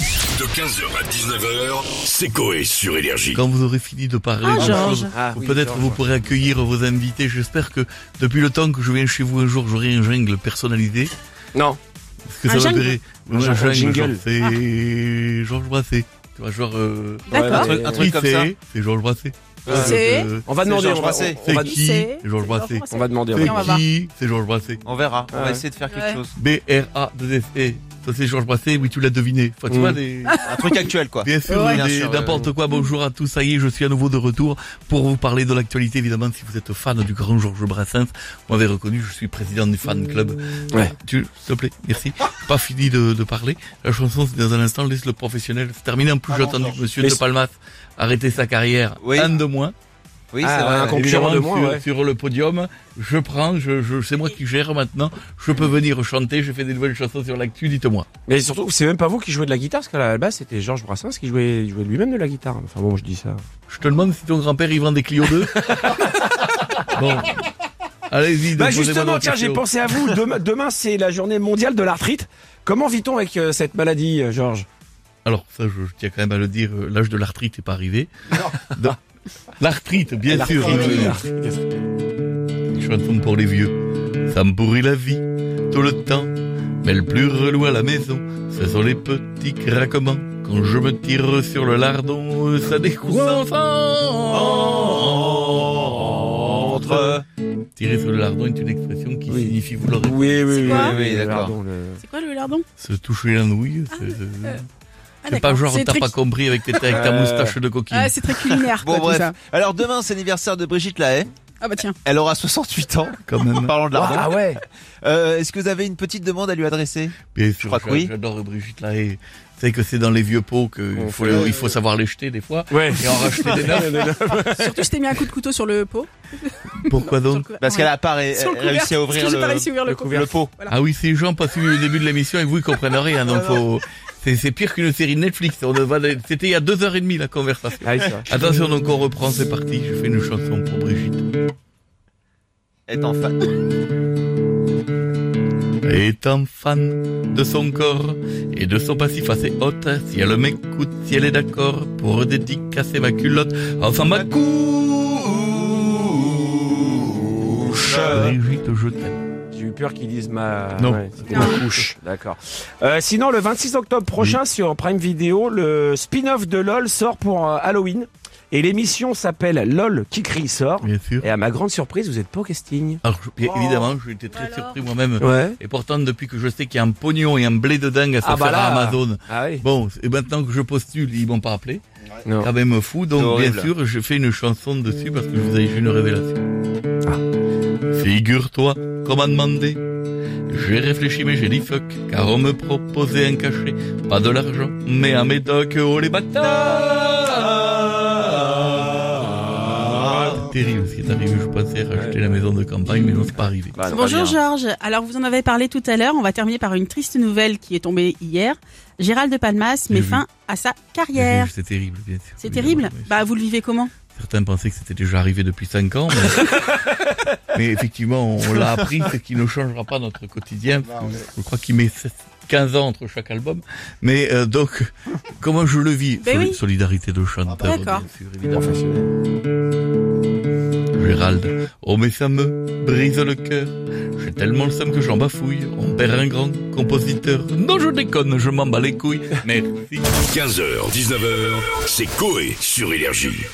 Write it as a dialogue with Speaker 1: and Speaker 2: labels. Speaker 1: De 15h à 19h, c'est Coé sur Énergie.
Speaker 2: Quand vous aurez fini de parler,
Speaker 3: Ah,
Speaker 2: de
Speaker 3: Georges.
Speaker 2: choses,
Speaker 4: Ah, oui,
Speaker 2: peut-être
Speaker 4: Georges,
Speaker 2: vous
Speaker 4: ouais.
Speaker 2: pourrez accueillir vos invités. J'espère que depuis le temps que je viens chez vous un jour, j'aurai un jungle personnalisé.
Speaker 4: Non.
Speaker 2: Parce que
Speaker 3: Un
Speaker 2: ça
Speaker 3: jungle Ah.
Speaker 2: m'intéresse. Ouais,
Speaker 4: genre- un jingle.
Speaker 2: genre, C'est Georges Brasset. Tu vois, genre. euh,
Speaker 3: D'accord.
Speaker 4: Ouais, mais-
Speaker 2: un truc comme ça. C'est Georges Brasset.
Speaker 4: Euh,
Speaker 3: C'est-
Speaker 2: Euh,
Speaker 4: On va
Speaker 5: C'est
Speaker 4: demander,
Speaker 5: Georges
Speaker 4: on va,
Speaker 5: Brassens.
Speaker 4: on- on va-
Speaker 2: C'est qui
Speaker 3: C'est-
Speaker 2: C'est Georges Brasset.
Speaker 4: on va demander. on va
Speaker 2: C'est
Speaker 3: on va
Speaker 4: demander.
Speaker 3: voir.
Speaker 2: qui C'est Georges Brasset.
Speaker 5: On verra, on
Speaker 4: Ouais.
Speaker 5: va essayer de faire quelque
Speaker 3: Ouais.
Speaker 5: chose.
Speaker 2: B-R-A-2-S-E. Ça, c'est Georges Brasset. Oui, tu l'as deviné. Enfin, tu
Speaker 4: Mm.
Speaker 2: vois, les.
Speaker 5: Un truc actuel quoi.
Speaker 2: Bien sûr,
Speaker 5: Ouais.
Speaker 2: des-
Speaker 5: Bien sûr, ouais.
Speaker 2: n'importe quoi. Bonjour à tous. Ça y est, je suis à nouveau de retour pour vous parler de l'actualité. Évidemment, si vous êtes fan du grand Georges Brassens, vous m'avez reconnu, je suis président du fan club.
Speaker 4: Mmh.
Speaker 2: Euh,
Speaker 4: Ouais.
Speaker 2: Tu, s'il te plaît, merci. Pas fini de, de parler. La chanson, c'est dans un instant, laisse le professionnel. C'est terminé. En plus, j'ai entendu que monsieur
Speaker 4: Mais
Speaker 2: De
Speaker 4: c'est-
Speaker 2: Palmas arrêter sa carrière.
Speaker 5: Oui.
Speaker 2: Un de moins.
Speaker 5: Oui,
Speaker 4: Ah,
Speaker 5: c'est
Speaker 4: un
Speaker 5: vrai.
Speaker 4: con- Concurrent
Speaker 2: Évidemment,
Speaker 4: de moins,
Speaker 2: sur,
Speaker 4: ouais.
Speaker 2: sur le podium. Je prends, je, je, c'est moi qui gère maintenant. Je peux venir chanter. Je fais des nouvelles chansons sur l'actu. Dites-moi.
Speaker 4: Mais surtout, c'est même pas vous qui jouez de la guitare, parce qu'à la base, c'était Georges Brassens qui jouait, il jouait lui-même de la guitare. Enfin bon, je dis ça.
Speaker 2: Je te demande si ton grand-père il vend des Clio 2. bon. Allez-y.
Speaker 4: Bah
Speaker 2: donc, posez-moi
Speaker 4: justement,
Speaker 2: vos
Speaker 4: tiens, j'ai
Speaker 2: questions.
Speaker 4: pensé à vous. Demain, demain c'est la journée mondiale de l'arthrite. Comment vit-on avec euh, cette maladie, euh, Georges
Speaker 2: Alors, ça, je, je tiens quand même à le dire, euh, l'âge de l'arthrite n'est pas arrivé. Donc, L'arthrite, bien sûr. euh, une chanson pour les vieux. Ça me pourrit la vie, tout le temps. Mais le plus relou à la maison, ce sont les petits craquements. Quand je me tire sur le lardon, euh, ça décoince.
Speaker 5: Entre.
Speaker 2: Tirer
Speaker 3: Euh,
Speaker 2: sur le lardon est une expression qui
Speaker 4: Oui.
Speaker 2: signifie, vous l'aurez
Speaker 4: Oui, oui, oui,
Speaker 3: quoi
Speaker 4: oui,
Speaker 5: Oui, d'accord.
Speaker 4: pardon, le-
Speaker 3: C'est quoi le lardon
Speaker 2: Se toucher la nouille, c'est...
Speaker 3: euh, Ah,
Speaker 2: C'est pas
Speaker 3: d'accord.
Speaker 2: genre
Speaker 3: C'est
Speaker 2: t'as
Speaker 3: très-
Speaker 2: pas compris avec, tes- avec ta
Speaker 4: Euh,
Speaker 2: moustache de coquille.
Speaker 3: Ah, c'est très culinaire.
Speaker 5: Bon
Speaker 3: quoi, tout
Speaker 5: bref.
Speaker 3: ça.
Speaker 5: Alors demain c'est l'anniversaire de Brigitte Lahaye.
Speaker 3: Ah bah tiens.
Speaker 5: Elle aura 68 ans.
Speaker 2: quand même.
Speaker 5: Parlons de
Speaker 4: Ah
Speaker 5: l'argent.
Speaker 4: ouais
Speaker 5: Euh, Est-ce que vous avez une petite demande à lui adresser
Speaker 2: Bien sûr,
Speaker 5: crois que
Speaker 2: j'a-
Speaker 5: oui.
Speaker 2: j'adore Brigitte Lahaye. C'est que c'est dans les vieux pots qu'il
Speaker 4: Bon,
Speaker 2: faut,
Speaker 4: faut
Speaker 2: le-
Speaker 4: le-
Speaker 2: il faut savoir les jeter des fois
Speaker 4: Ouais.
Speaker 2: et en racheter des neufs.
Speaker 3: Surtout, je t'ai mis un coup de couteau sur le pot.
Speaker 2: Pourquoi
Speaker 3: Sur le
Speaker 2: donc
Speaker 3: couvercle.
Speaker 5: Parce qu'elle a pas ré-
Speaker 3: Sur le couvercle,
Speaker 5: réussi à ouvrir
Speaker 3: parce que j'ai
Speaker 5: le,
Speaker 3: pas réussi à ouvrir le
Speaker 5: le
Speaker 3: couvercle.
Speaker 5: pot.
Speaker 2: Ah oui, ces gens passent le début de l'émission et vous ils comprennent rien.
Speaker 3: Ah,
Speaker 2: Donc faut... c'est, c'est pire qu'une série Netflix. On va... C'était il y a deux heures et demie la conversation.
Speaker 4: Ah oui, c'est vrai.
Speaker 2: Attention, donc on reprend, c'est parti. Je fais une chanson pour Brigitte.
Speaker 5: Est en fa-
Speaker 2: Étant fan de son corps et de son passif assez haute, si elle m'écoute, si elle est d'accord pour dédicacer ma culotte, enfin ma couche. Brigitte, je t'aime.
Speaker 4: J'ai eu peur qu'ils disent ma.
Speaker 2: Euh, Non.
Speaker 4: Ouais, c'était ma couche. D'accord. Euh, sinon, le 26 octobre prochain sur Prime Video, le spin-off de LOL sort pour euh, Halloween. Et l'émission s'appelle LOL qui crie sort.
Speaker 2: Bien sûr.
Speaker 4: Et à ma grande surprise, vous êtes pas au casting.
Speaker 2: Alors, je- bien
Speaker 3: Oh.
Speaker 2: évidemment, j'ai été très
Speaker 3: Alors.
Speaker 2: surpris moi-même.
Speaker 4: Ouais.
Speaker 2: Et pourtant, depuis que je sais qu'il y a un pognon et un blé de dingue à se
Speaker 4: Ah
Speaker 2: faire
Speaker 4: bah
Speaker 2: à
Speaker 4: là.
Speaker 2: Amazon.
Speaker 4: Ah oui.
Speaker 2: Bon, et maintenant que je postule, ils m'ont pas appelé.
Speaker 4: Non.
Speaker 2: Quand même fou.
Speaker 5: C'est
Speaker 2: Donc, bien
Speaker 5: horrible.
Speaker 2: sûr, je fais une chanson dessus parce que je vous ai j'ai une révélation. Figure-toi qu'on m'a demandé. J'ai réfléchi, mais j'ai dit fuck. Car on me proposait un cachet. Pas de l'argent, mais un médoc. Oh les bâtards! Terrible ce qui est arrivé. Je pensais racheter la maison de campagne, mais non, c'est pas arrivé.
Speaker 4: Bah, non, pas
Speaker 3: Bonjour
Speaker 4: bien.
Speaker 3: Georges. Alors vous en avez parlé tout à l'heure. On va terminer par une triste nouvelle qui est tombée hier. Gérald de Palmas met
Speaker 2: vu.
Speaker 3: fin à sa carrière.
Speaker 2: C'est terrible, bien sûr.
Speaker 3: C'est
Speaker 2: Évidemment,
Speaker 3: terrible.
Speaker 2: oui.
Speaker 3: Bah vous le vivez comment
Speaker 2: Certains pensaient que c'était déjà arrivé depuis 5 ans, mais, mais effectivement, on l'a appris, ce qui ne changera pas notre quotidien. Je crois qu'il met 7, 15 ans entre chaque album. Mais euh, donc, comment je le vis
Speaker 3: Ben oui. Ah,
Speaker 2: Solidarité de chanteur,
Speaker 3: D'accord.
Speaker 2: bien sûr, évidemment. Gérald, oh mais ça me brise le cœur. J'ai tellement le seum que j'en bafouille. On perd un grand compositeur. Non, je déconne, je m'en bats les couilles. Merci.
Speaker 1: 15h, 19h, c'est Coé sur Énergie.